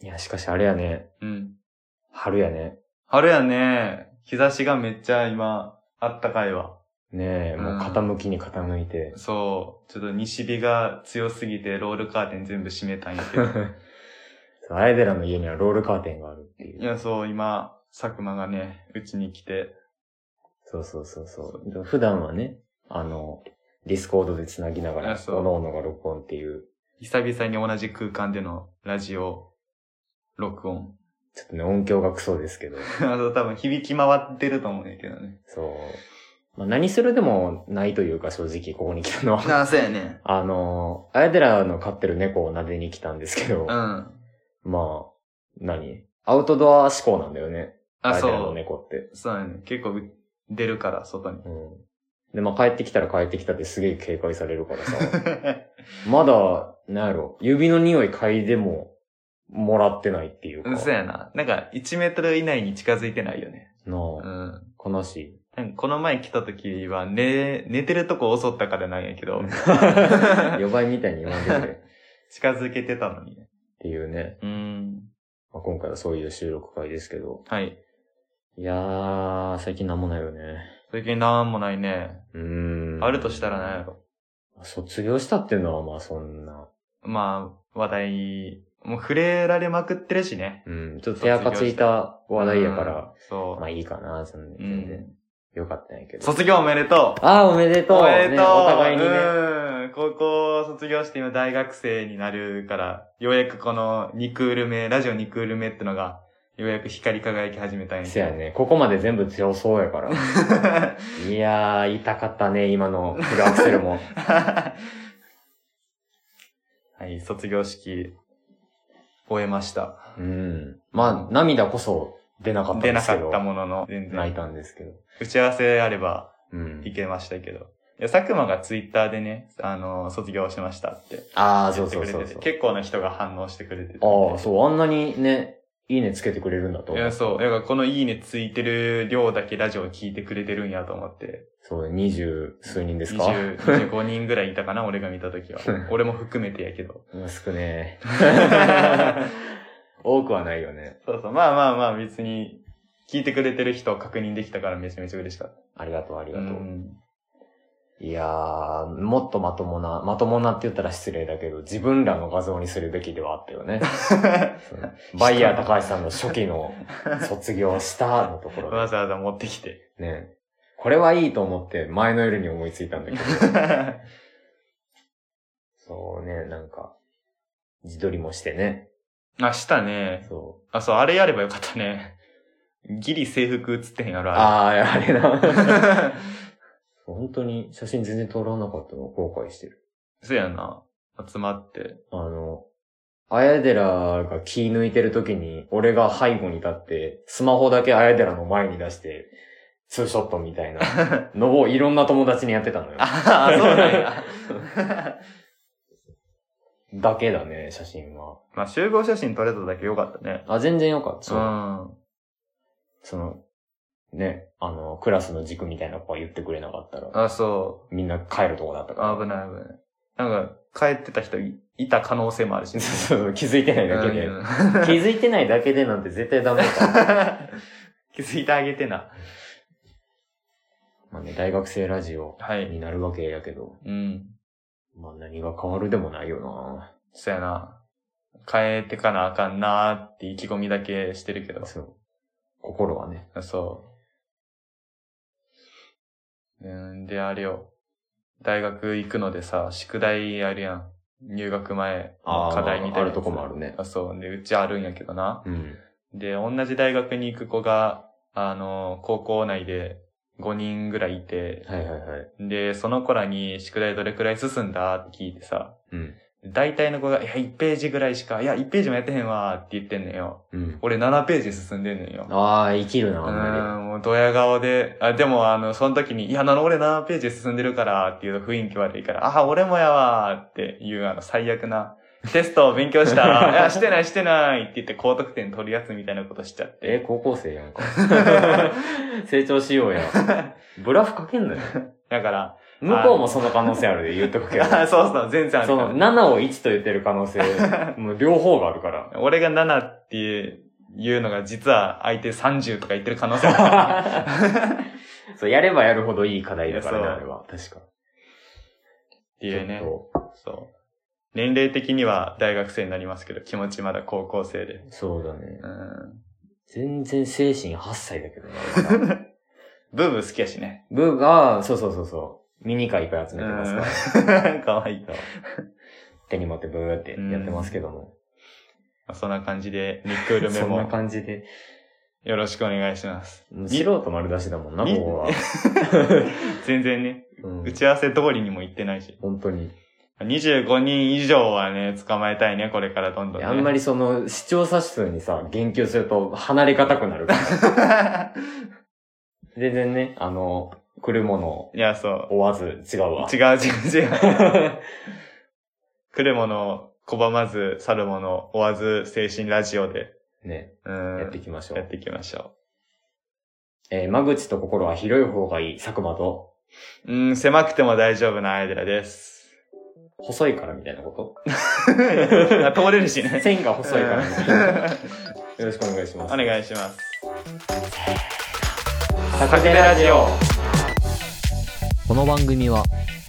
や、しかしあれやね。うん。春やね。春やね。日差しがめっちゃ今、あったかいわ。ねえ、もう傾きに傾い て。そう。ちょっと西日が強すぎてロールカーテン全部閉めたんやけど。 そうあやでらの家にはロールカーテンがあるっていう。いや、そう、今、佐久間がね、うちに来て。そうそうそうそう。で普段はね、あの、ディスコードで繋ぎながあら、そうおのおのが録音っていう、久々に同じ空間でのラジオ、録音。 ちょっとね、音響がクソですけど。あの、多分響き回ってると思うんやけどね。そう。まあ、何するでもないというか、正直、ここに来たのは。 なあ、そうやね。あの、あやでらの飼ってる猫を撫でに来たんですけど、うん。あ、まあ、何アウトドア志向なんだよね。やそでらのう。猫って。そうやね。結構う出るから、外に。 うん。で、まあ、帰ってきたら帰ってきたってすげえ警戒されるからさ、 まだ、なんやろ、指の匂い嗅いでも、もらってないっていうか。うん、そうやな。なんか、1メートル以内に近づいてないよね。なうあ、ん。悲しい。なんかこの前来た時は、寝、寝てるとこ襲ったからなんやけど、予ばいみたいに言わんでくれ。っ近づけてたのにね。ていうね。うん。まあ、今回はそういう収録会ですけど。はい。いやー、最近なんもないよね。最近なんもないね。うーん。あるとしたらなんやろ。卒業したっていうのはまあそんな。まあ、話題、もう触れられまくってるしね。うん。ちょっと手垢ついた話題やから、うん。そまあいいかな、そんなう。う全然。ん。よかったんやけど。卒業おめでとうあー、おめでとうおめでとう、ねお互いにね。うん。高校卒業して今大学生になるから、ようやくこの2クール目、ラジオ2クール目ってのが、ようやく光り輝き始めたんやせ けどやね。ここまで全部強そうやから。いやー、痛かったね、今のフルアクセル も。はい、卒業式、終えました。うん。まあ、涙こそ出なかった出んでなすかけっど。たものの、全泣い然。たんですけど。打ち合わせあれば、うんい。けましたけど。いや、佐久間がツイッターでね、あの、卒業しましたって。あー、そ言うってそくうれてそうてそう。結構な人が反応してくれてて。ああ、そう、あんなにね、いいねつけてくれるんだとい思や、う。そう。だからこのいいねついてる量だけラジオ聞いてくれてるんやと思って。そう、二十数人ですか20 25人ぐらいいたかな、俺が見た 時は。俺も含めてやけど。うん少 ね え。多くはないよね。そうそう。まあまあまあ、別に、聞いてくれてる人を確認できたからめちゃめちゃ嬉しかっありがとう、ありた。がとう。ん。いやー、もっとまともな、まともなって言ったら失礼だけど、自分らの画像にするべきではあったよ ね。うんバイヤー高橋さんの初期の卒業したのところわで。ざわざ持ってきて。 ね。これはいいと思って前の夜に思いついたんだけど。 そうね、なんか、自撮りもしてね。あ、したね。そあ、そう、あれやればよかったね。ギリ制服映ってへんやう。ろ、ああー、あれれ。 な。本当に写真全然撮らなかったの後悔してる。そうやな。集まって。あの、あやでらが気抜いてる時に、俺が背後に立って、スマホだけあやでらの前に出して、ツーショットみた いなのをいろんな友達にやってたのよ。ああ、そうなんや。だけだね、写真は。 まあ、集合写真撮れただけよかったね。あ、全然よかった。そう。ん。その、ね、あの、クラスの軸みたいな子は言ってくれなかったら、あ、そみんな帰るとこだったう。から。危ない危ない。なんか、帰ってた人いいた可能性もあるし、ね。そうそう気づいてないだけでう。ん気づいてないだけでなんて絶対ダメだ。 気づいてあげてな。まあね、大学生ラジオはい。になるわけやけど、うん。まあ何が変わるでもないよなそうやな。変えてかなあかんなーって意気込みだけしてるけど。そう。心はね。そう。うん、で、あれよ。大学行くのでさ、宿題あるやん。入学前、あー課題みたいなやあつ。るとこもあるねあ、そう。で、うちあるんやけどな。うん。で、同じ大学に行く子が、あの、高校内で5人ぐらいいて、はいはいはい。で、その子らに宿題どれくらい進んだって聞いてさ、うん。大体の子が、いや、1ページぐらいしか、いや、1ページもやってへんわーって言ってんねんよ。うん。俺7ページ進んでんねんよ。ああ、生きるうな、あんまーん、もうドヤ顔で、あ、でもあの、その時に、いや、あの、俺7ページ進んでるからっていうと雰囲気悪いから、あ、俺もやわーっていうあの、最悪な、テストを勉強し たら、いや、してないしてないって言って高得点取るやつみたいなことしちゃっり。え て。、 高校生やんか。成長しようや。ブラフかけんなよ。だから、向こうもその可能性あるで言っとく けど。あそうそう、全然あるそからの7を1と言ってる可能 性、もう両方があるから。俺が7っていうのが実は相手30とか言ってる可能性も ある そう、やればやるほどいい課題だからいね、やそうあれは。確か。っていうねち。ょっそう。年齢的には大学生になりますけど、気持ちまだ高校生で。とそうだね。うん。全然精神8歳だけどね。俺まだブーブー好きやしね。ブーが、そうそうそうそう。ミニカーいっぱい集めてますから。うん。 かわいい。そう手に持ってブーってやってますけども。まあそんな感じで、ニックールメそんなモ、感じで。よろしくお願いします。素人丸出しだもんな、みもうは。全然ね、うん打ち合わせ通りにも行ってないし。本当に。 25人以上はね、捕まえたいね、これからどんどん、ね。あんまりその、視聴者数にさ、言及すると離れがたくなる から。全然ね、あの、来るものをいや、そう。追わず、違うわ。違う違う違う。 来るものを拒まず、去るものを追わず、精神ラジオで、 ね、うやってんい、きましょやっう。ていきましょえー間口と心は広い方がいい、佐久間と、う。うん、狭くても大丈夫なアイデアです。細いからみたいなこと 通れるしね。線が細いからみたいな。ようんろしくお願いします。 お願いします。サクテラジオこの番組は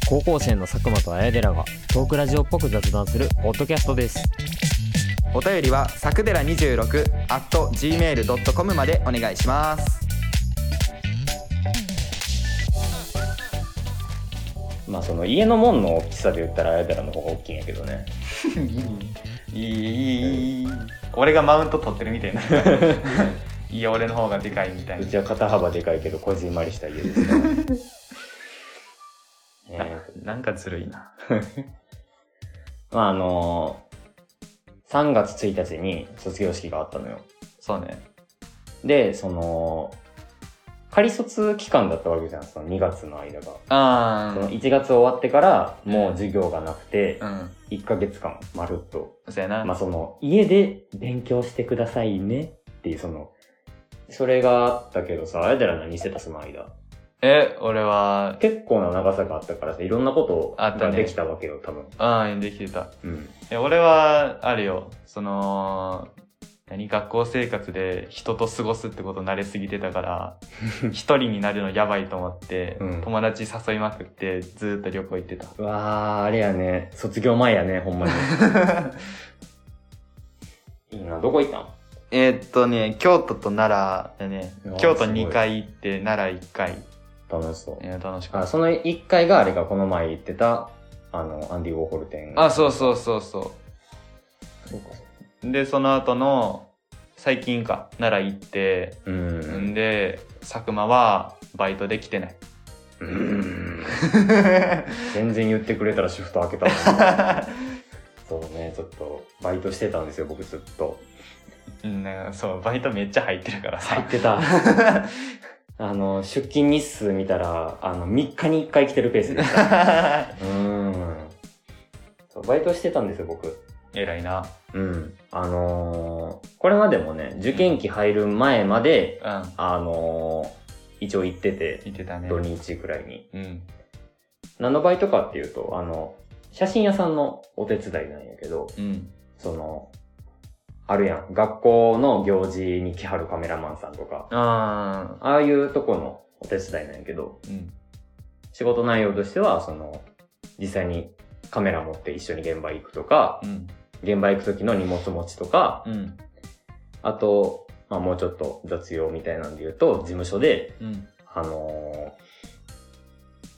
高校生の佐久間と綾寺がトークラジオっぽく雑談するポッドキャストですお便りはさくでら26 at gmail.com までお願いしますまあその家の門の大きさで言ったら綾寺の方が大きいんやけどねいい、いい、いい。俺がマウント取ってるみた いな。いや、俺の方がでかいみたいうな。ちは肩幅でかいけどこじんまりした家ですから ねえなんかずるいな。まああのー、3月1日に卒業式があったのよそうね。でその仮卒期間だったわけじゃんその2月の間があその1月終わってからもう授業がなくてあ。うん。 1ヶ月間まるっと、そうやな。まあ、その家で勉強してくださいねっていうそのそれがあったけどさあやだら何してたその間え、俺は、結構な長さがあったからさいろんなことあったがねできたわけよ多分、うん、できてた。うん、いや俺は、あるよ、その、何、学校生活で人と過ごすってこと慣れすぎてたから、一人になるのやばいと思って、うん友達誘いまくって、ずーっと旅行行ってた。うわーあれやね卒業前やねほんまに いいなどこ行ったんえーっとね、京都と奈良でねうわ、京す都ごい2回行って、奈良1回、楽しそうえー楽しかあっその1回があれかこの前行ってたあのアンディ・ウォーホル店た。あ、そうそうそうそ。そうかそうで、その後の、最近か、奈良行って、ううんんで、佐久間はバイトできてない。 うん全然言ってくれたらシフト開けたわそうね、ちょっと、バイトしてたんですよ、僕ずっと。うん、なんかそう、バイトめっちゃ入ってるから入さ っ。てた。あの、出勤日数見たら、あの、3日に1回来てるペース でした。うーん。そうバイトしてたんですよ、僕。偉いな。うん。あのーこれまでもね、受験期入る前まで、うん。あのー一応行ってて、見てたね。土日くらいに。うん。何のバイトかっていうと、あの、写真屋さんのお手伝いなんやけど、うん。その、あるやん。学校の行事に来はるカメラマンさんとか、ああ。ああいうとこのお手伝いなんやけど、うん。仕事内容としては、その、実際にカメラ持って一緒に現場行くとか、うん。現場行く時の荷物持ちとか、うん。あと、まあもうちょっと雑用みたいなんで言うと、事務所で、うん。あの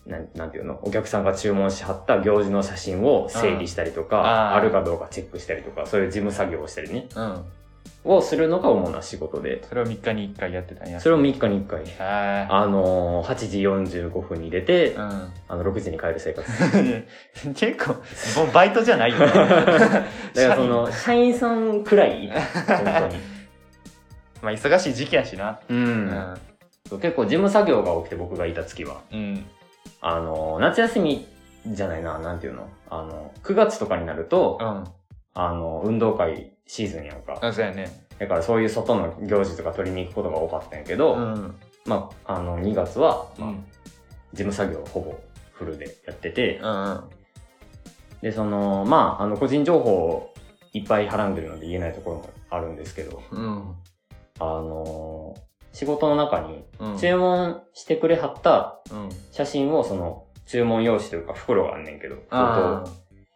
ーなん、なんていうのお客さんが注文しはった行事の写真を整理したりとか、あーあるかどうかチェックしたりとか、そういう事務作業をしたりね、うん。をするのが主な仕事で、それを3日に1回やってたんや。それを3日に1回。はあのー、8時45分に出て、あの、6時に帰る生活。ーうん。 結構、もうバイトじ ゃないよね。だだからそ、の、社員さんくらい、本 まあ忙しい時期やしな。当に。う。。うん結構事務作業が多くて僕がいた月は。うん。あのー、夏休みじゃないな、なんていうのあの、9月とかになるとう、ん。あの、運動会シーズンやんか。あ、そうやね。だからそういう外の行事とか取りに行くことが多かったんやけど、うん。まあ、あの、2月は、まあ事務作業をほぼフルでやってて、うん。で、その、まあ、あの、個人情報をいっぱいはらんでるので言えないところもあるんですけど、うん。あのー仕事の中にうん。注文してくれはったうん。写真をその注文用紙というか袋があんねんけど、あ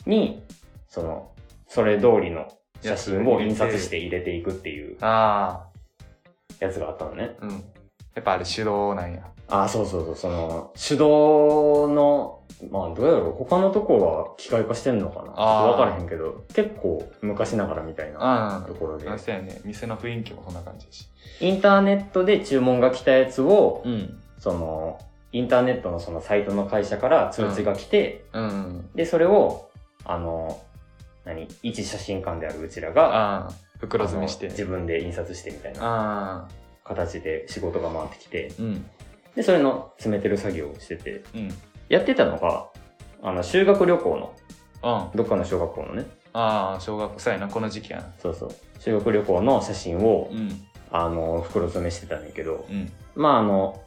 に、その、それ通りの写真を印刷して入れていくっていうあ。あやつがあったのね。あ。うん。やっぱあれ手動なんや。ああ、そうそうそう、その、手動の、まあどうやろう、他のとこは機械化してんのかなちょっとあーわからへんけど、結構昔ながらみたいなうとん。ころで。あ、そうやね。店の雰囲気もそんな感じだし。インターネットで注文が来たやつを、うん。その、インターネットのそのサイトの会社から通知が来て、うん。で、それを、あの、何一写真館であるうちらが、ああ。袋詰めしあての。自分で印刷してみたいなああ。形で仕事が回ってきて、うん。で、それの詰めてる作業をしてて、うん。うん。やってたのが、あの、修学旅行の、あどっかの小学校のね、あ、小学校、そうやな、この時期やな。そうそう、修学旅行の写真を、うん。あの、袋詰めしてたんだけど、うん。まああの、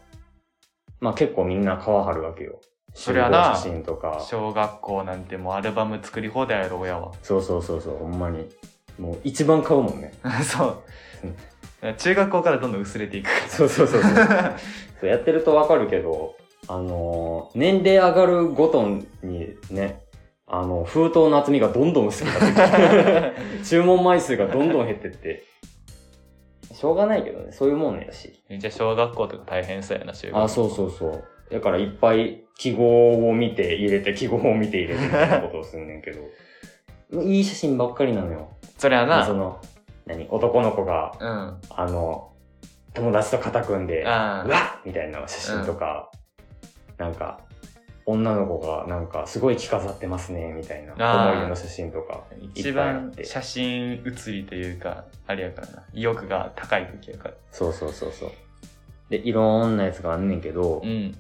まあ結構みんな皮張るわけよ。そりゃな集合写真とか。小学校なんてもうアルバム作り放題やろ、親は。 そうそうそうそう、ほんまに。もう一番買うもんね。そう。中学校からどんどん薄 れていくから。そうそうそうそう。そうやってるとわかるけど、あのー年齢上がるごとにね、あの、封筒の厚みがどんどん薄くなって くる注文枚数がどんどん減ってって。しょうがないけどね、そういうもんやし。じゃあ小学校とか大変そうやな、中学校。あ、そうそうそう。だからいっぱい記号を見て入れて、記号を見て入れてみたいなことをすんねんけど。いい写真ばっかりなのよ。そりゃそな。の、何男の子が、うん。ああの、友達と肩組んで、あう。わっみたいな写真とか、なんか、女の子がなんかすごい着飾ってますね、みたいなあー思い出の写真とか。一いっぱいあっ番て写真写りというか、あれやからな。意欲が高い時やから。そうそうそうそう。で、いろんなやつがあんねんけど、ん。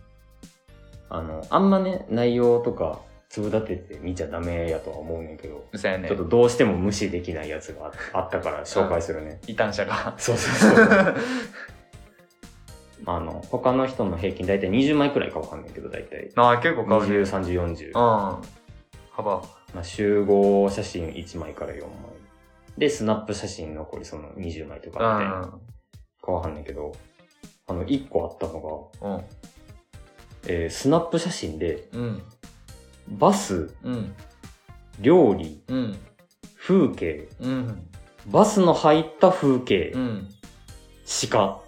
あの、あんまね、内容とか、粒立てて見ちゃダメやとは思うねんけど、そうやねちょっ。とどうしても無視できないやつがああったから紹介するね。異端者が。 そう そうそう。 あの、他の人の平均大体20枚くらいかわかんないけど、大体。ああ、結構顔20、る。 30、40。うん。幅。まあ、集合写真1枚から4枚。で、スナップ写真残りその20枚とかみたいな。かわかんないけど、あの、1個あったのうん。うん。が、えースナップ写真で、うん。バス、うん。料理、うん。風景、うん。バスの入った風景、うん。鹿。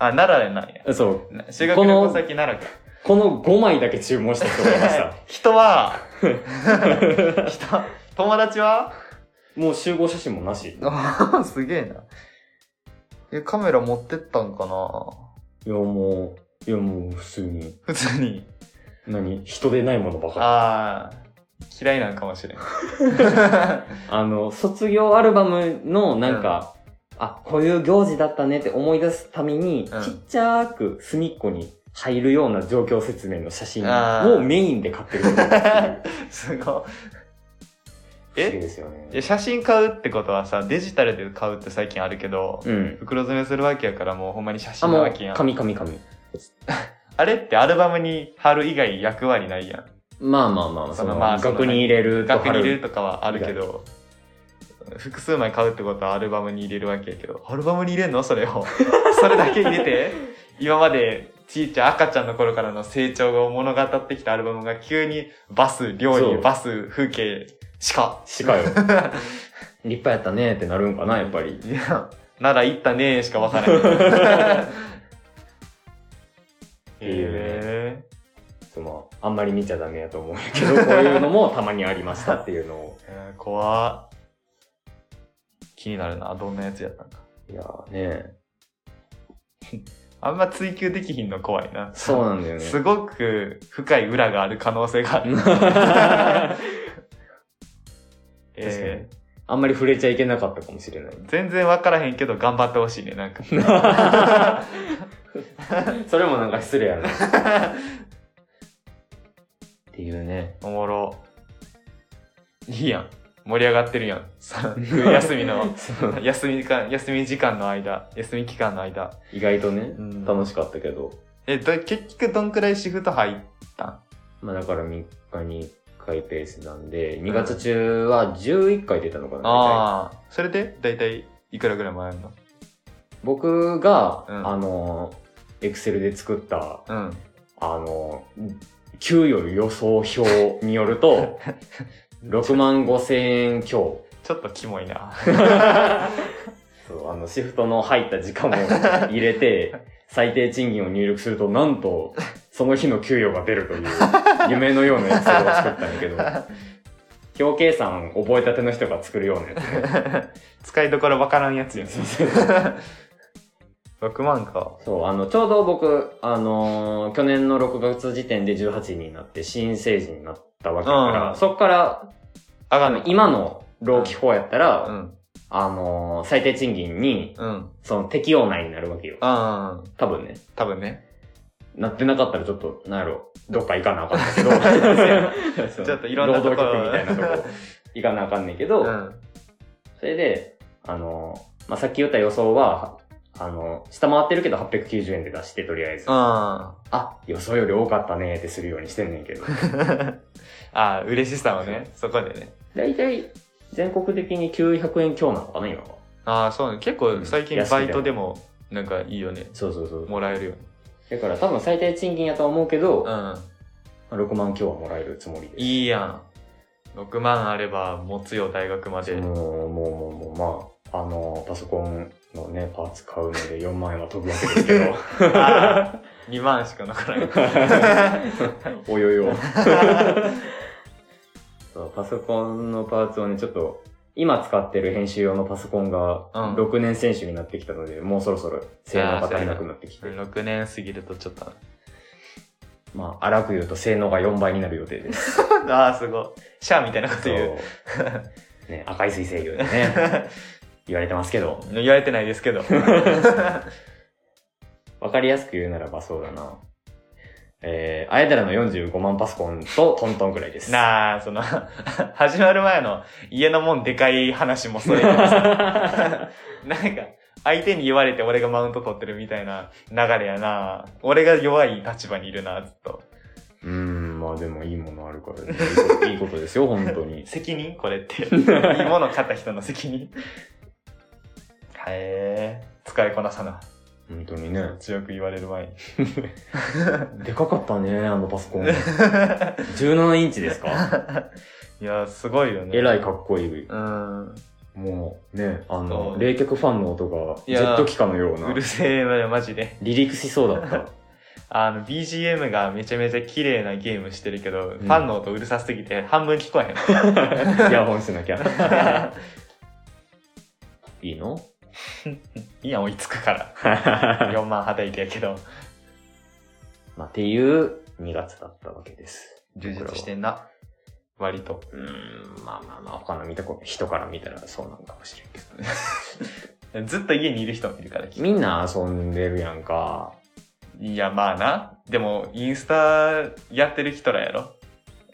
あ、奈良なんや。そう。な修学旅行先奈良か。この5枚だけ注文した人がいました。人 は、人、友達はもう集合写真もなし。ああ、すげえな。え、カメラ持ってったんかないや、もう、いや、もう普通に。普通に。何人でないものばかり。ああ、嫌いなんかもしれん。あの、卒業アルバムのなんか、あ、こういう行事だったねって思い出すために、うんちっちゃく隅っこに入るような状況説明の写真あーをメインで買ってるっていう。 すごい。不思議 えですよねえ、。写真買うってことはさ、デジタルで買うって最近あるけど、うん。袋詰めするわけやからもうほんまに写あ、真なもうわけ、やん。紙紙紙。あれってアルバムに貼る以外役割ないやん。まあまあまあ、その、そのまあその額に入れると額に貼入れる。るとかはあるけど、複数枚買うってことはアルバムに入れるわけやけど、アルバムに入れんのそれを。 それだけ入れて、今までちいちゃん赤ちゃんの頃からの成長を物語ってきたアルバムが急にバス、料そ理、うバス、風景、鹿。 鹿よ。立派やったねってなるんかな、やっぱり。いや、なら行ったねーしかわからない。て いうねへその、あんまり見ちゃダメやと思うけど、こういうのもたまにありましたっていうのを。ーえー怖っ気になるな。どんなやつやったんか。いやーねあんま追求できひんの怖いな。そうなんだよね。すごく深い裏がある可能性が ある。 えーあんまり触れちゃいけなかったかもし れない。全然わからへんけど頑張ってほしいね、な んか。それもなんか失礼やな。っていうね。おもろ。いいやん。盛り上がってるやん。 さ休みの、そう休みか、休み時間の間、休み期間の間。意外とね、うん楽しかったけど。え、ど、結局どんくらいシフト入ったんまあだから3日に1回ペースなんで、2月中は11回出たのかな。大体ああ。それで、だいたいいくらぐらいもらえるの僕が、うんあの、エクセルで作った、うん。あの、給与予想表による と、6万5千円強。ちょっとキモいな。 そう、あの、シフトの入った時 間も入れて、最低賃金を入力すると、なんと、その日の給与が出ると いう、夢のようなやつを作ったんだけど、表計算覚えたての人が作るようなやつね。使いどころわからんや つよね。6万か。そう、あの、ちょうど僕、あのー去年の6月時点で18になって、新成人になったわけだから、うんそっから、あがあんのの、今の労基法やったら、うん。あのー最低賃金に、うん。その適用内になるわけよ。ああ。多分ね。多分ね。なってなかったらちょっと、なんやろ、どっか行かなあかんねんけど そう、ちょっといろんなとこ労働局みたいなとこ行かなあかんねんけど、うん。それで、あのーまあ、さっき言った予想は、あのー下回ってるけど890円で出して、とりあえず。ああ、予想より多かったねってするようにしてんねん けど。ー あー、嬉しさをね、そこでね。だいたい全国的に900円強なのかな、今は。ああ、そうね。結構最近安くてバイトでも、なんかいいよね。そうそうそう。もらえるよね。だから多分最低賃金やとは思うけど、うまん。あ6万強はもらえるつもりです。いいやん。6万あれば持つよ、大学まで。もう、もう、もう、もう、まあ、あの、パソコンのね、パーツ買うので4万円は飛ぶわけですけ ど、あー2万しか残らない。 およよ。 そうパソコンのパーツをね、ちょっと、今使ってる編集用のパソコンが、うん6年選手になってきたので、もうそろそろ性能が足りなくなってきて、 6年過ぎるとちょっと。まあ、荒く言うと性能が4倍になる予定です。ああ、すごい。シャアみたいなこと言う。そう ね、赤い水星魚で ね、言われてますけど、言われてないですけ ど。わかりやすく言うならばそうだな。えー、あやだらの45万パソコンとトントンくらいです。なあ、その、始まる前の家のもんでかい話もそれなんか、相手に言われて俺がマウント取ってるみたいな流れやな。俺が弱い立場にいるな、ずっと。 うーん、まあでもいいものあるからね。いいこといいことですよ、本当に。責任これ って。いいもの買った人の責任。へえ、使いこなさな。本当にね。強く言われる前に。でかかったね、あのパソコン。17インチですかいや、すごいよね。えらい。いかっこいい。うん。もうね、あその、う冷却ファンの音がジいェやット機関のようなう。るせえなよ、マジで。離陸しそうだった。 あの、BGM がめちゃめちゃ綺麗なゲームしてるけど、んファンの音うるさすぎて半分聞こえへん。イヤホンしなきゃ。 いいの いや、追いつくから。4万はたいてやけど。まあ、っていう2月だったわけです。充実してんな。割と。うーん、まあまあまあ、他の見たこ人から見たらそうなんかもしれんけどね。ずっと家にいる人もいるから。みんな遊んでるやんか。いや、まあな。でも、インスタやってる人らやろ。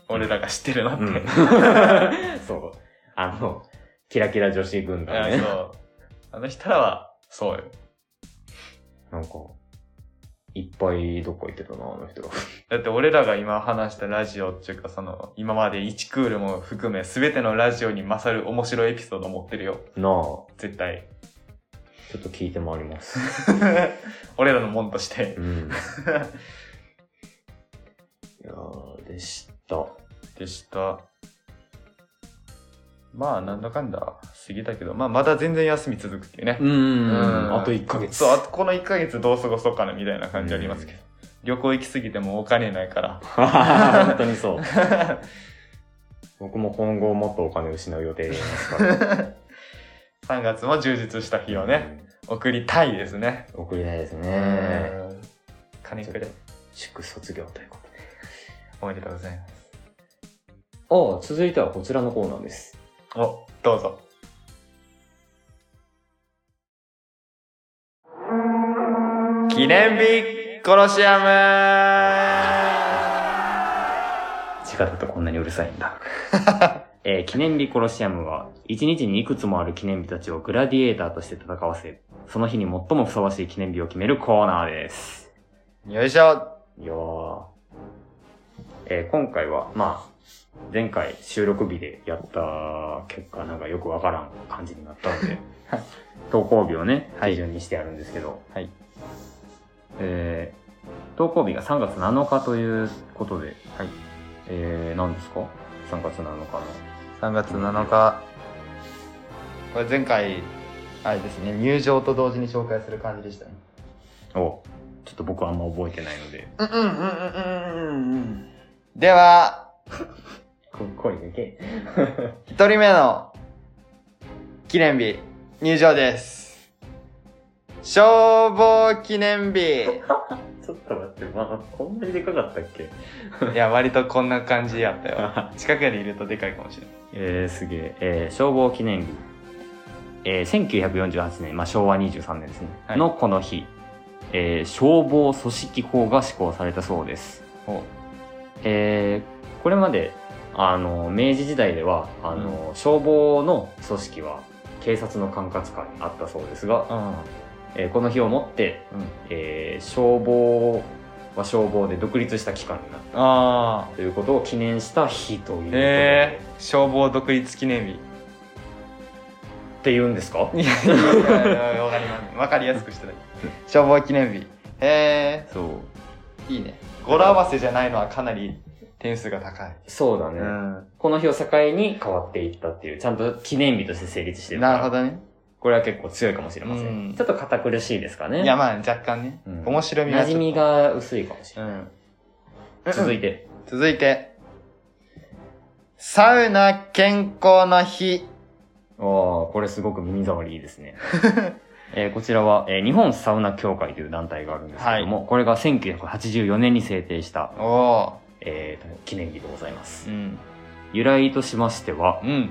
俺らが知ってるのって。うん。 そう。あの、キラキラ女子軍団あね。そう。あの人らは、そうよ。なんか、いっぱいどっか行ってたな、あの人が。だって俺らが今話したラジオっていうか、その、今まで1クールも含め、すべてのラジオに勝る面白いエピソード持ってるよ。なあ、絶対。 ちょっと聞いて回ります。俺らのもんとして。 うん。いやー、でした。でした。まあ、なんだかんだ過ぎたけど、まあ、まだ全然休み続くっていうね。うーうんん。あと1ヶ月。そう、あとこの1ヶ月どう過ごそうかなみたいな感じありますけど。旅行行き過ぎてもお金ないか ら。本当にそう。僕も今後もっとお金失う予定でいますから。 3月も充実した日をね、送りたいですね。うん。送りたいですね。うん金くれ。祝卒業ということで。おめでとうございます。ああ、続いてはこちらのコーナーです。お、どうぞ。記念日コロシアム地下だとこんなにうるさいんだ。 えー記念日コロシアムは、一日にいくつもある記念日たちをグラディエーターとして戦わせ、その日に最もふさわしい記念日を決めるコーナーです。よいしょ。いやーえー今回は、まあ、前回収録日でやった結果、なんかよくわからん感じになったんで、投稿日をね、はい基準にしてあるんですけど、はいえー投稿日が3月7日ということで、はいえー、何ですか ?3 月7日の。 3月7日。これ前回、あれですね、入場と同時に紹介する感じでしたね。おちょっと僕はあんま覚えてないので、うんうんうんうんうんうん。では、こ声だけ。一人目の記念日入場です。消防記念日。ちょっと待って、まあ、こんなにでかかったっけいや、割とこんな感じやったよ。近くにいるとでかいかもしれない。えー、すげえ、えー消防記念日、えー1948年、まあ、昭和23年ですね、はいのこの日、えー消防組織法が施行されたそうです、ほえーこれまであの明治時代ではあの、消防の組織は警察の管轄下にあったそうですが、う。うん。えーこの日をもって、うんえー消防は消防で独立した機関になっああ。たということを記念した日ということで、ええ消防独立記念日。って言うんですかいやいやいや、わかります。わかりやすくしてない。消防記念日。へそうえ、いいね。語呂合わせじゃないのはかなり点数が高い。そうだね、ん。この日を境に変わっていったっていう、ちゃんと記念日として成立してるから。なるほどね。これは結構強いかもしれません。うんちょっと堅苦しいですかね。いや、まあ、若干ね。うん面白みが馴ちょっと。染みが薄いかもしれうない。ん。続いて。続いて、サウナ健康の日。ああ、これすごく耳障りいいですね。 えーこちらは、えー日本サウナ協会という団体があるんですけども、これが1984年に制定した、おおえーと記念日でございます。うん。由来としましてはう、ん。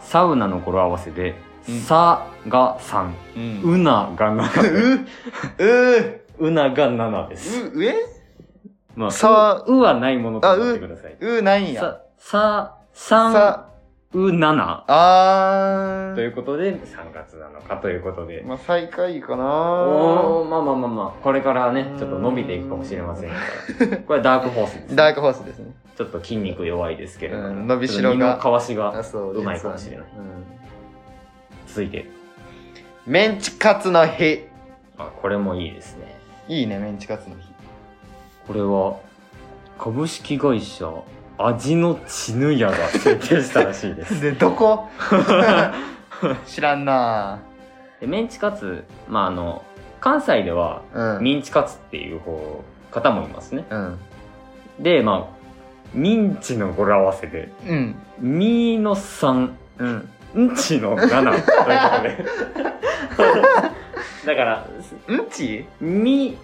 サウナの語呂合わせで、うんサが3、うん。うなが7、ー。ううなが7です。ー。う、上まあ、さう、うはないものと思ってください。うーないんや。さ、さ、三、さ、う、七。あといー。うことで、3月7日ということで。まあ、最下位かなおー、まあまあまあまあ、これからねうー、んちょっと伸びていくかもしれませんから。これダークホースです。ダークホースですね。ちょっと筋肉弱いですけれども。うん伸びしちょろがっと身のかわしが。そうまいかもしれない実はねうん続いて。メンチカツの日。あ、これもいいですね。いいね、メンチカツの日。 これは、株式会社、味のチヌヤが制定したらしいで す。で、どこ 知らんなでメンチカツ、まああの、関西では、ぁ。うん。ミンチカツっていう方方もいますね。うん。で、まあ、ミンチの語呂合わせで、うん。ミーの3、うん。んちの7ということで。だから、うんちミ、ん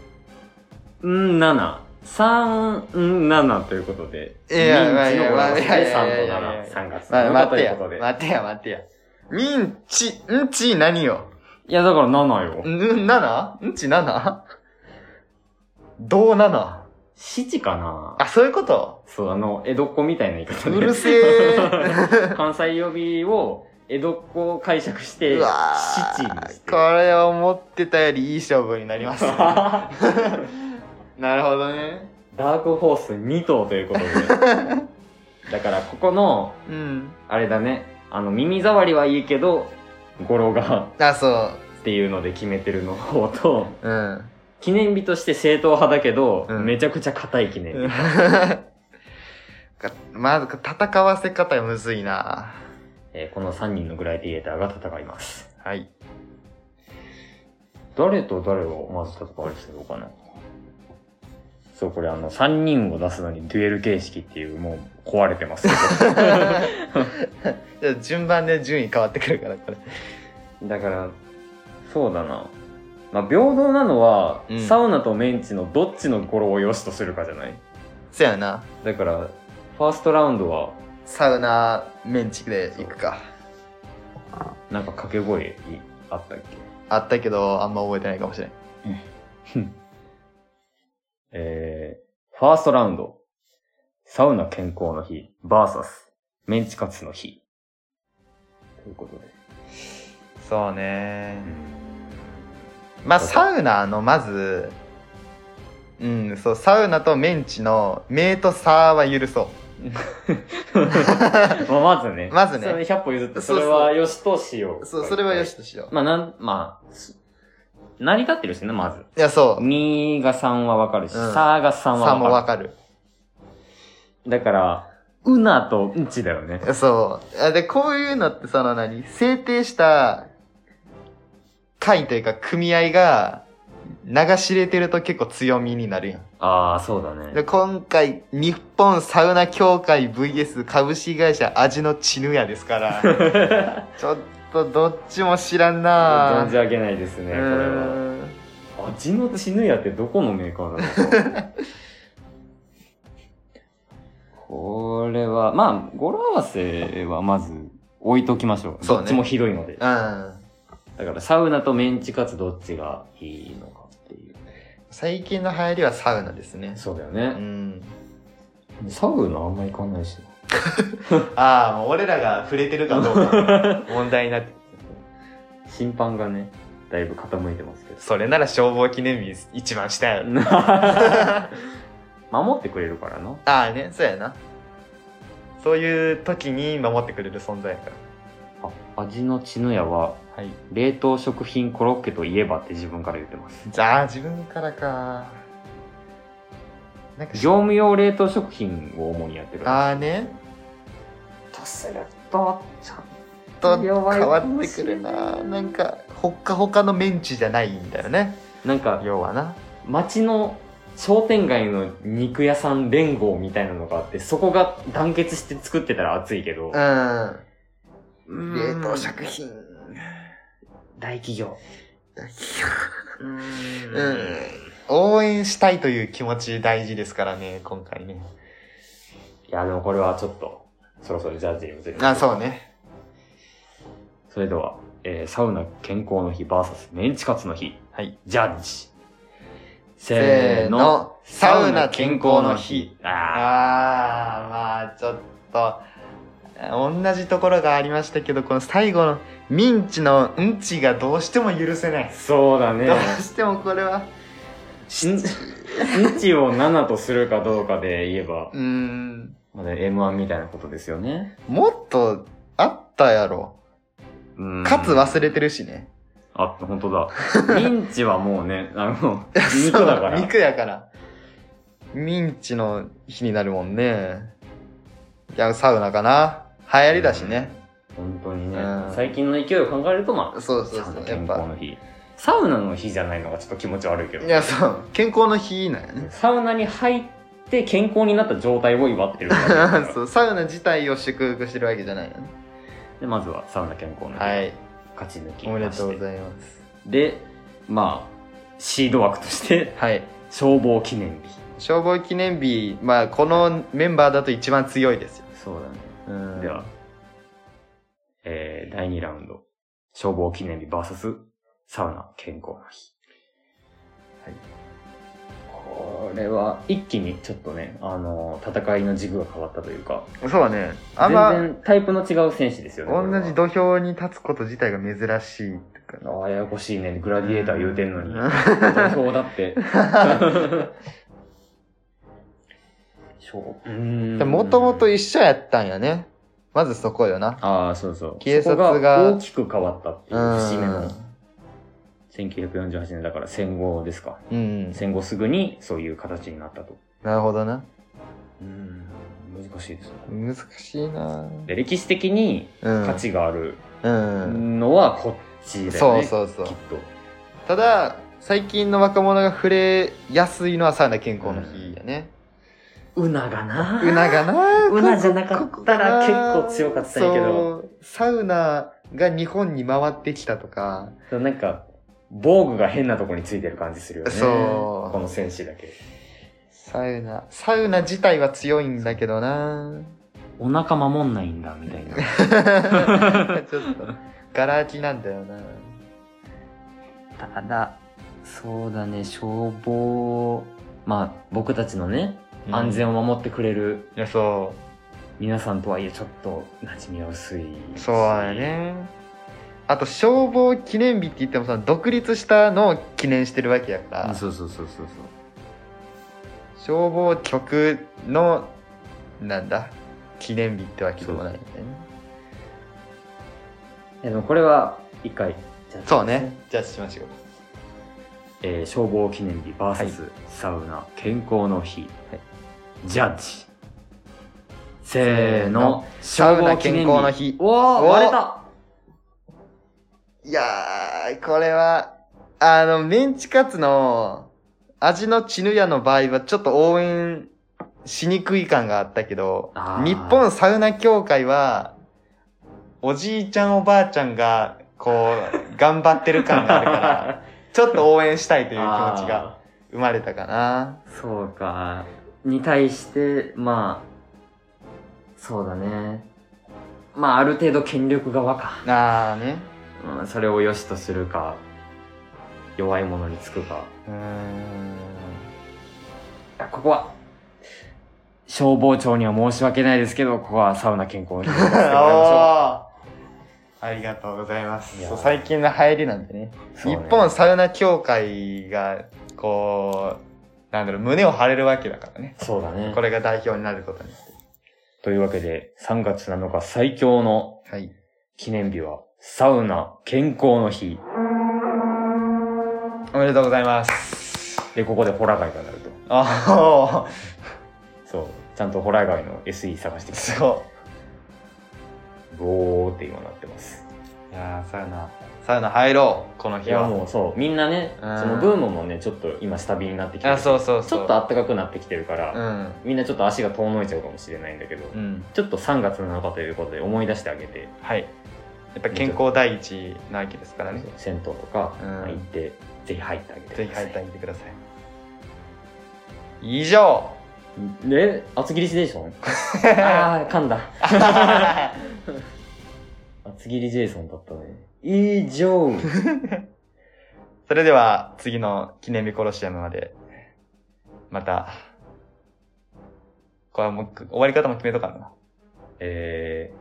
7、3、ん7ということで、いやミンチの語呂合わせいやいでやいやいやいや3と7、3月ま、 7日と待っていや。うことで。待ってや、待ってや。ミンチ、うんち何よ。いや、だから7よ。ん、ん、7? うんち 7? どう 7? 7かなあ、そういうことそう、あの、江戸っ子みたいな言い方で。うるせ え。関西予備を江戸っ子を解釈して、うわ七にしてー。これは思ってたよりいい勝負になります。ダ なるほどね。ークホース2頭ということで。だから、ここの、うん。あれだね、あの、耳障りはいいけど、語呂があ、そっていうので決めてるの方と、う。うん。記念日として正統派だけど、うんめちゃくちゃ硬い記念日。かまず、戦わせ方むずいなえーこの3人のグライディエーターが戦います。 はい。誰と誰をまず戦わせようかな。そう、これあの、3人を出すのにデュエル形式っていう、もう壊れてますけど。 じゃあ順番で順位変わってくるから、これ。だから、そうだな。まあ、平等なのは、うんサウナとメンチのどっちの語呂を良しとするかじゃないそやな。だから、ファーストラウンドは、サウナメンチで行くか。なんか掛け声あったっけあったけど、あんま覚えてないかもしれん。えー、ファーストラウンド、サウナ健康の日、バーサス、メンチカツの日。ということで。そうねうんまあ、サウナの、まず、うん、そう、サウナとメンチの、メとサーは許そまあ、まずね。まずねそれ100歩譲って、そそうそうれはよしとしよう。う。そう、それはよし。としよまあ、なん、まあ、す成り立ってるしね、まず。う。いや、そう。 2が3はわかるし、うんさ、が3サはーもわわかかる。る。だから、うなとうちだよね。そう。あで、こういうのってその何制定した会というか組合が流し入れてると結構強みになるやん。ああ、そうだねで、。今回、日本サウナ協会 VS 株式会社味のチヌヤですから、 ちょっとどっちも知らんな存じ上げないですね、これは。うーん味のチヌヤってどこのメーカーなのか。これは、まあ、語呂合わせはまず置いときましょう。そうねどっちもひどいので。うん。だから、サウナとメンチカツどっちがいいのかっていう。最近の流行りはサウナですね。そうだようね。ん。サウナあんま行かないし。ああ、もう俺らが触れてるかどうか問題になって。審判がね、だいぶ傾いてますけど。 それなら消防記念日一番下やろ。 守ってくれるからな。ああね、そうやな。そういう時に守ってくれる存在やから。あ味のチヌヤは、はい。冷凍食品コロッケといえばって自分から言ってます。じゃあ、自分からか。なんかし、業務用冷凍食品を主にやってる。ああね、とすると、ちゃんと変わってくるな。なんか、ほっかほかのメンチじゃないんだよね。なんか、要はな。街の商店街の肉屋さん連合みたいなのがあって、そこが団結して作ってたら熱いけど、うん。冷凍食品。大企業。うん。応援したいという気持ち大事ですからね、今回ね。いや、でもこれはちょっと、そろそろジャッジに移りまあ、しょそうね。それでは、えーサウナ健康の日 VS メンチカツの日。はい。ジャッジ。せーのサウナ健康の日。ああーまあちょっと同じところがありましたけどこの最後のミンチのうんちがどうしても許せないー、そうだねど。うしてもこれはん日を7とするかどうかで言えば、うーんまあね M1 みたいなことですよね。もっとあったやろうんかつ忘れてるしねあ、本当だ。ミンチはもうね、あ の、 肉だから。肉やからミンチの日になるもんねいやサウナかな流行りだしね、本当にねうん、最近の勢いを考えると、まあ、そうそうサウそナうやっ健康ぱの日。サウナの日じゃないのがちょっと気持ち悪いけどい。やそう健康の日なんやねサウナに入って健康になった状態を祝ってるわけだから そうサウナ自体を祝福してるわけじゃないよねで、まずはサウナ健康の日。はい勝ち抜きおめでとうごまざいますしてでまあシード枠としてはい消防記念日消防記念日まあこのメンバーだと一番強いですよ、そうだねうんではえー、第2ラウンド消防記念日 VS サウナ健康の日これは一気にちょっとね、あのー戦いの軸が変わったというかそうねあん全ま然タイプの違う選手ですよねこれ同はじ土俵に立つこと自体が珍しいってかなあーややこしいねグラディエーター言うてんのに 土俵だってそううんもともと一緒やったんやねまずそこよなああ、そうそう。警察がそこが大きく変わったっていううー節目のん、 1948年だから戦後ですか。うん、戦後すぐにそういう形になったと。なるほどなうん、難しいですね。難しいなで歴史的にうん価値があるうん、のはこっちだよそね。うそうそうきっと。ただ最近の若者が触れやすいのはサウナ健康の日やね、うながなうながな うなじゃなかったら結構強かったんやけど、そうサウナが日本に回ってきたとかなんか、防具が変なとこについてる感じするよね。そうこの戦士だけ。サウナサウナ自体は強いんだけど なお腹守んないんだ、みたいな。ちょっとガラ空きなんだよなただ、そうだね、消防、まあ、僕たちのね、安全を守ってくれるいやそ皆さんとはいえ、ちょっと馴染みは薄いし。うそうやねあと消防記念日って言ってもさ独立したのを記念してるわけやかうん。らそうそうそうそうそう。消防局の、なんだ、記念日ってわけでもないんだよね。えでもこれは一回じゃあそうね。じゃあしましょう。えー消防記念日 VS サウナ健康の日、ジャッジせーのサウナ消防記念健康の日。おーおー割れたいやー、これは、あの、メンチカツの味のチヌヤの場合はちょっと応援しにくい感があったけどあ、ー日本サウナ協会は、おじいちゃんおばあちゃんが、こう、頑張ってる感がある から、ちょっと応援したいという気持ちあが生まれたかな。ーそうかに対してまあそうだねまあある程度権力側か、あー ね。うん、それを良しとするか弱いものにつくかうーん。あここは消防庁には申し訳ないですけどここはサウナ健康の日をしてもらいましょうおーありがとうございますいやーそう最近の流行りなんでね。そう日ね本サウナ協会が、こう、なんだろう、胸を張れるわけだからね。そうだねこれが代表になることに。というわけで、3月7日最強のはい。記念日は、サウナ健康の日。おめでとうございます。で、ここでホラ貝がなると。あそう。ちゃんとホラ貝の SE 探してあ、き すて、ごゴーって今なってます。い。いやーサウナ、サウナ入ろう、このい日や、は。もうそう。みんなね、うんそのブームもね、ちょっと今下火になってきてるあ、そうそうちそう。ょっと暖かくなってきてるから、うん。みんなちょっと足が遠のいちゃうかもしれないんだけど、うん。ちょっと3月7日ということで思い出してあげて、はい。やっぱ健康第一なわけですからね。銭湯とか、うんまあ行って、ぜひ入ってあげてくださぜい。ひ入ってあげてください。以上 え厚切りジェイ ソンああ噛んだ厚切りジェイソンだったね以上それでは次の記念日コロシアムまで、また、これはもうく終わり方も決めとかな。え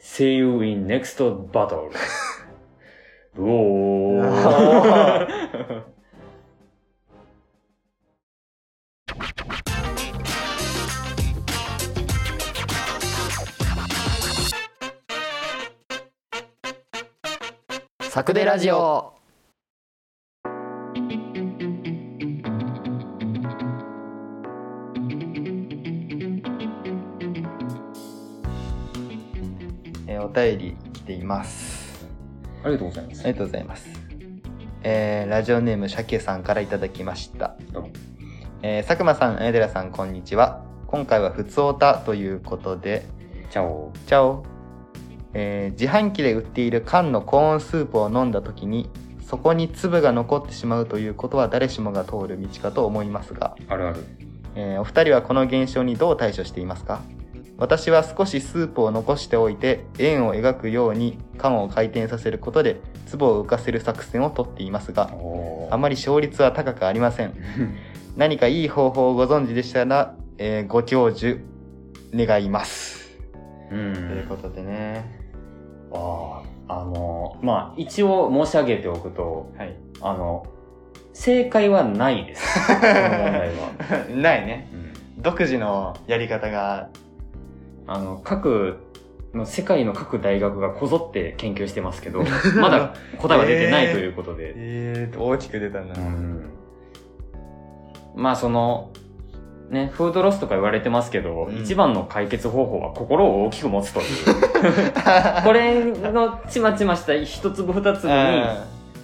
ー、See you in next battle うおーサクデラジオえーお便り来ています。ありがとうございますありがとうございます。えーラジオネームシャケさんからいただきましたどうも。えー佐久間さん、江寺さん、こんにちは。今回はふつおたということで、チャオチャオ、えー自販機で売っている缶のコーンスープを飲んだ時にそこに粒が残ってしまうということは誰しもが通る道かと思いますが、あるあるえーお二人はこの現象にどう対処していますか私は少しスープを残しておいて円を描くように缶を回転させることで粒を浮かせる作戦をとっていますがおあまり勝率は高くありません何かいい方法をご存知でしたら、えーご教授願います、うというんことでね あああのまあ一応申し上げておくとはいあの正解はないです この問題は、ないねうん独自のやり方があの、各、の世界の各大学がこぞって研究してますけ ど、まだ答えは出てないということで。えー、大きく出たなうんまあその、ね、フードロスとか言われてますけど、うん一番の解決方法は心を大きく持つという。 これのちまちました一粒二粒に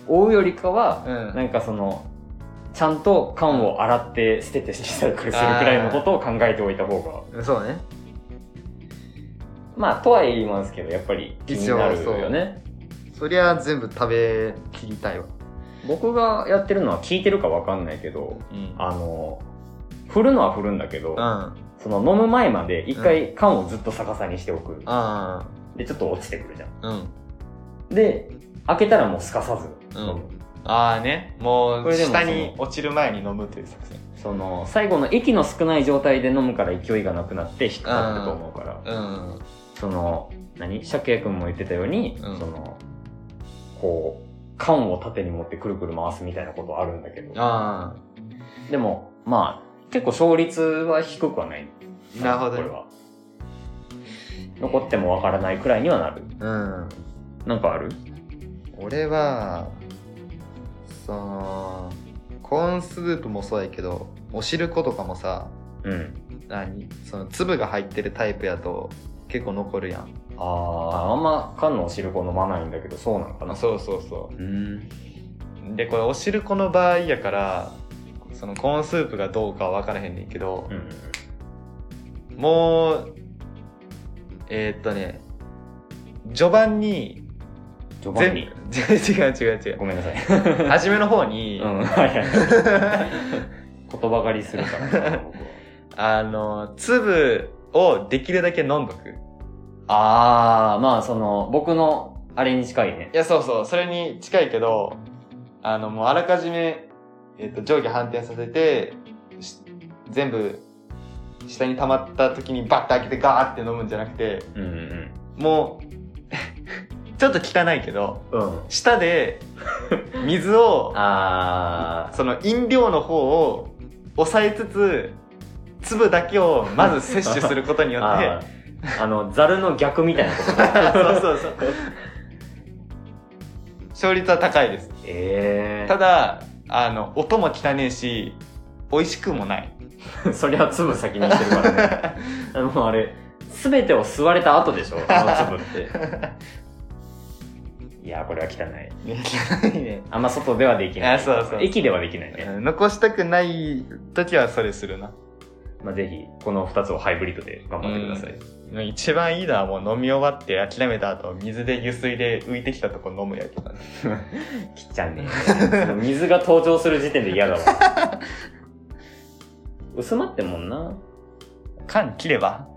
追うよりかは、うんなんかその、ちゃんと缶を洗って捨ててリサイクルするく らいのことを考えておいた方がうんそうねまあ、とは言いますけど、やっぱり気になるよね。そりゃ全部食べきりたいわ僕がやってるのは聞いてるかわかんないけど、うんあの、振るのは振るんだけど、うんその飲む前まで一回缶をずっと逆さにしておく。あで、ちょっと落ちてくるじゃん。うんで、開けたらもうすかさず飲む。ああねもこうれでも下に落ちる前に飲むという作戦その、最後の息の少ない状態で飲むから勢いがなくなって引っかかってると思うから、うんその、何シャケ君も言ってたように、うんその、こう、缶を縦に持ってくるくる回すみたいなことあるんだけど。あでも、まあ、結構勝率は低くはない。なるほどこれは。残ってもわからないくらいにはなる。うん。なんかある俺は、その、コーンスープもそうやけど、お汁粉とかもさ、うん。何その粒が入ってるタイプやと結構残るやん。ああ、あんま缶のお汁粉飲まないんだけど、そうなのかな。。そうそうそうん。うでこれお汁粉の場合やからそのコーンスープがどうかは分からへんねんけどう、ん。もうえーっとね序盤に序盤全に。部 違う違う違うごめんなさい。初めの方に、うん、 はいはい。言葉狩りするからな、 僕は。あの粒をできるだけ飲んどくああ、まあその、僕のあれに近いねい。や、そうそう、それに近いけど、あの、もうあらかじめ、えっ、と、上下反転させて、し全部、下に溜まった時にバッて開けてガーって飲むんじゃなくて、うんうん。もう、 ちょっと汚いけど、うん。舌で、 水を、あその飲料の方を抑えつつ、粒だけをまず摂取することにーよっ あて、ー、あの、ザルの逆みたいなことだ。そうそうそう。勝率は高いです。 ええただあの音も汚ねえし美味しくもないー、 そりゃ粒先にいってる からね。あの、あれ、すべてを吸われた後でしょ、あの粒って。 いやー、これは汚い。汚いねあんま外ではできない。あそうそう駅ではできないね。残したくない時はそれするなまあ、ぜひ、この二つをハイブリッドで頑張ってください。一番いいのはもう飲み終わって諦めた後水で湯水で浮いてきたとこ飲むやけどねきっちゃんね 水が登場する時点で嫌だわ 薄まってんもんな缶切れば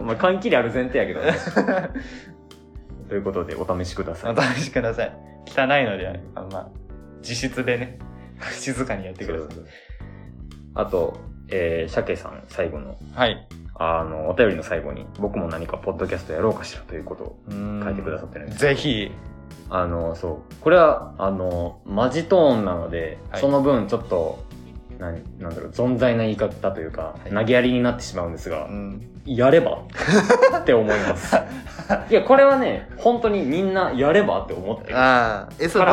お前缶切りある前提やけど ねということでお試しくださいお試しください汚いのであんま自室でね 静かにやってくださいあと、えー、鮭さん最後のはいあのお便りの最後に僕も何かポッドキャストやろうかしらということを書書いてくださってるんですぜひあのそうこれはあのマジトーンなので、はいその分ちょっと何なんだろう存在な言い方というか、はい投げやりになってしまうんですが、うんやればって思い ます。いや、これはね、本当にみんなやればって思ってる。ああ。え、そかれ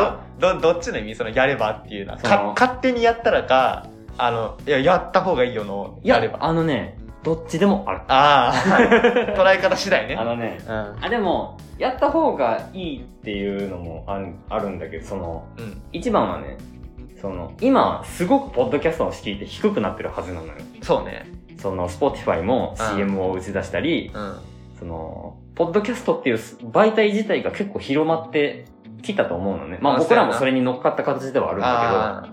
ど、らどどっちの意味そのやればっていうのはそのか勝手にやったらかあのいややった方がいいよのいや、やればあのね、どっちでもある。ああ、捉え方次第ね。あのね、うん。あ、でも、やった方がいいっていうのもあるあるんだけど、その、うん。一番はね、その、今、すごくポッドキャストの敷居って低くなってるはずなのよ。そうね。その、Spotify もうん CM を打ち出したり、うん。その、ポッドキャストっていう媒体自体が結構広まってきたと思うのね。まああ僕らそうやなもそれに乗っかった形ではあるんだ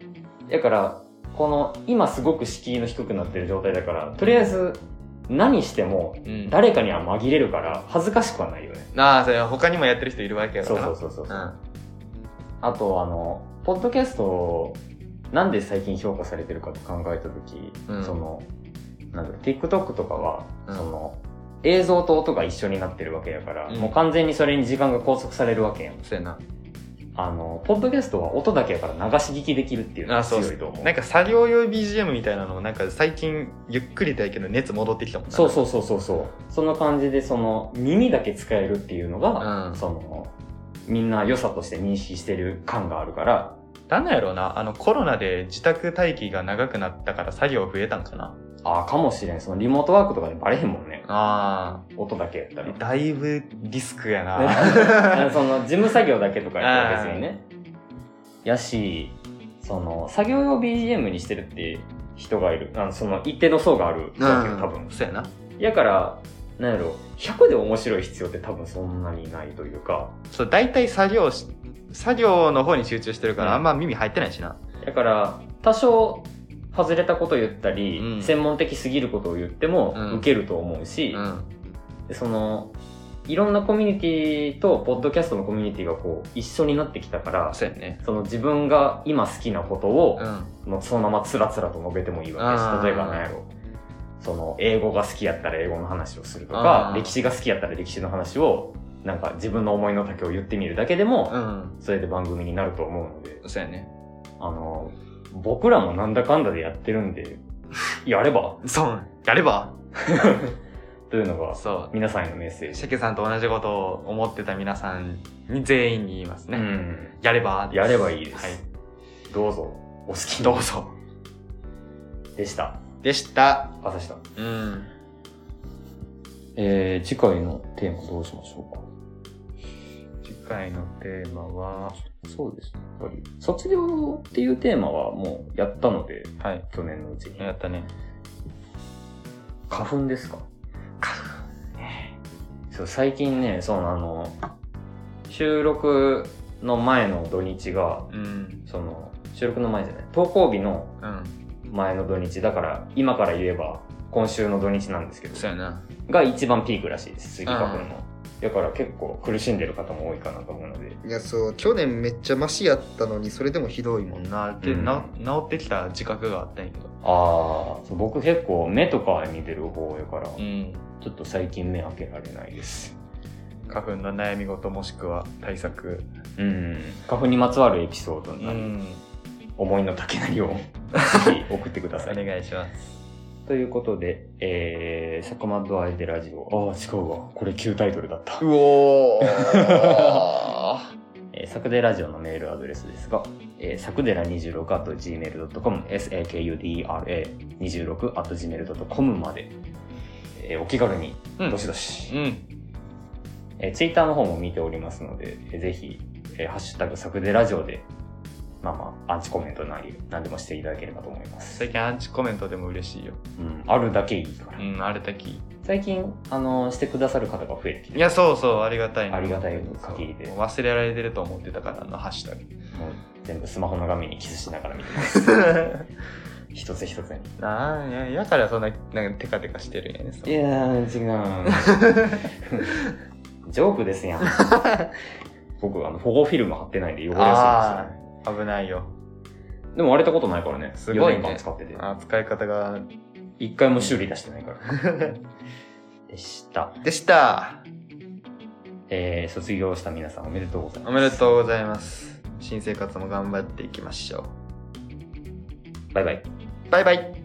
けど、あだから、この、今すごく敷居の低くなってる状態だから、とりあえず、何しても、うん誰かには紛れるから、恥ずかしくはないよね。ああ、それは他にもやってる人いるわけやかそうらな。そうそうそう。あ。あと、あの、ポッドキャストを、なんで最近評価されてるかって考えたとき、うんその、なんだろう、TikTok とかは、うんその、映像と音が一緒になってるわけやから、うんもう完全にそれに時間が拘束されるわけやんう。ん。そうやな。あの、ポッドキャストは音だけやから流し聞きできるっていうのあがあそ強ういと思う。なんか作業用 BGM みたいなのもなんか最近ゆっくりだけど熱戻ってきたもんなそうそうそうそうそうその感じでその耳だけ使えるっていうのが、うんそのみんな良さとして認識してる感があるからなんなんやろうなあのコロナで自宅待機が長くなったから作業増えたんかなああかもしれんそのリモートワークとかでバレへんもんねあ音だけやったあらだいぶリスクやな あの その事務作業だけとかやったら別にねやしその作業用 BGM にしてるって人がいるあのその一定の層があるわけようん多分そうやなやからなんやろ100で面白い必要って多分そんなにないというかそう大体作業し作業の方に集中してるかうんらあんま耳入ってないしなだから多少外れたこと言ったり、うん専門的すぎることを言ってもうん受けると思うし、うん。でそのいろんなコミュニティとポッドキャストのコミュニティがこう一緒になってきたからそうやねその自分が今好きなことをう、ん。もうそのままつらつらと述べてもいいわけあでーす例えば何やろその英語が好きやったら英語の話をするとかあー歴史が好きやったら歴史の話をなんか自分の思いの丈を言ってみるだけでも、うん。それで番組になると思うのでそうやねあの、僕らもなんだかんだでやってるんで、 やればそう、やればというのが、そ皆さんへのメッセーう。ジ。シャケさんと同じことを思ってた皆さんに全員に言いますうね。ん。やればやればいいです。はい。どうぞ、お好きにどうぞ。でした。でした。朝日さん。うん。えー、次回のテーマどうしましょうか。次回のテーマは、そうですね。やっぱり卒業っていうテーマはもうやったので、はい。去年のうちに。やったね。花粉ですかそう最近ねそのあの収録の前の土日がうん。その収録の前じゃない投稿日のうん。前の土日だから今から言えば今週の土日なんですけどそうやな。が一番ピークらしいですスギ花粉うんのだから結構苦しんでる方も多いかなと思うのでいや、そう、去年めっちゃマシやったのに、それでもひどいもん。な、で、うんな、治ってきた自覚があったんやけど。ああ僕結構目とかに出る方やからうん。ちょっと最近目開けられないです花粉の悩み事もしくは対策。うん花粉にまつわるエピソードうなり、。思いの丈なりをぜひ送ってくだ さい。願いします。ということで、えー、佐久間とあえてラジオ。ああ、違うわ。これ旧タイトルだった。うおーえー、サクデラジオのメールアドレスですが、えー、サクデラ26 at gmail.com、sakudera26 at gmail.com まで、えー、お気軽に、 うんどしどし。うん。えー、ツイッターの方も見ておりますので、えーぜひ、えー、ハッシュタグサクデラジオで、まあまあ、アンチコメントなり、何でもしていただければと思います。最近アンチコメントでも嬉しいよ。うん、あるだけいいから。うん、あれだけいい。最近、あの、してくださる方が増えてきて、いや、そうそう、ありがたいなありがたい限りでそう忘れられてると思ってたから、あのハッシュタグ。もう全部スマホの画面にキスしながら見てます。 一つ一つに。なあ、や、やからそんな、なんかテカテカしてるんやね。そうやー、違う。 ジョークです やん。僕、あの、保護フィルム貼ってないんで汚れやあすいんでー危ないよ。すよ。でも割れたことないからね。すごいね4年間使ってて。あー使い方が、一回も修理出してないから。 でした。でした。えー、卒業した皆さんおめでとうございます。おめでとうございます。新生活も頑張っていきましょバイバイ。う。バイバイ。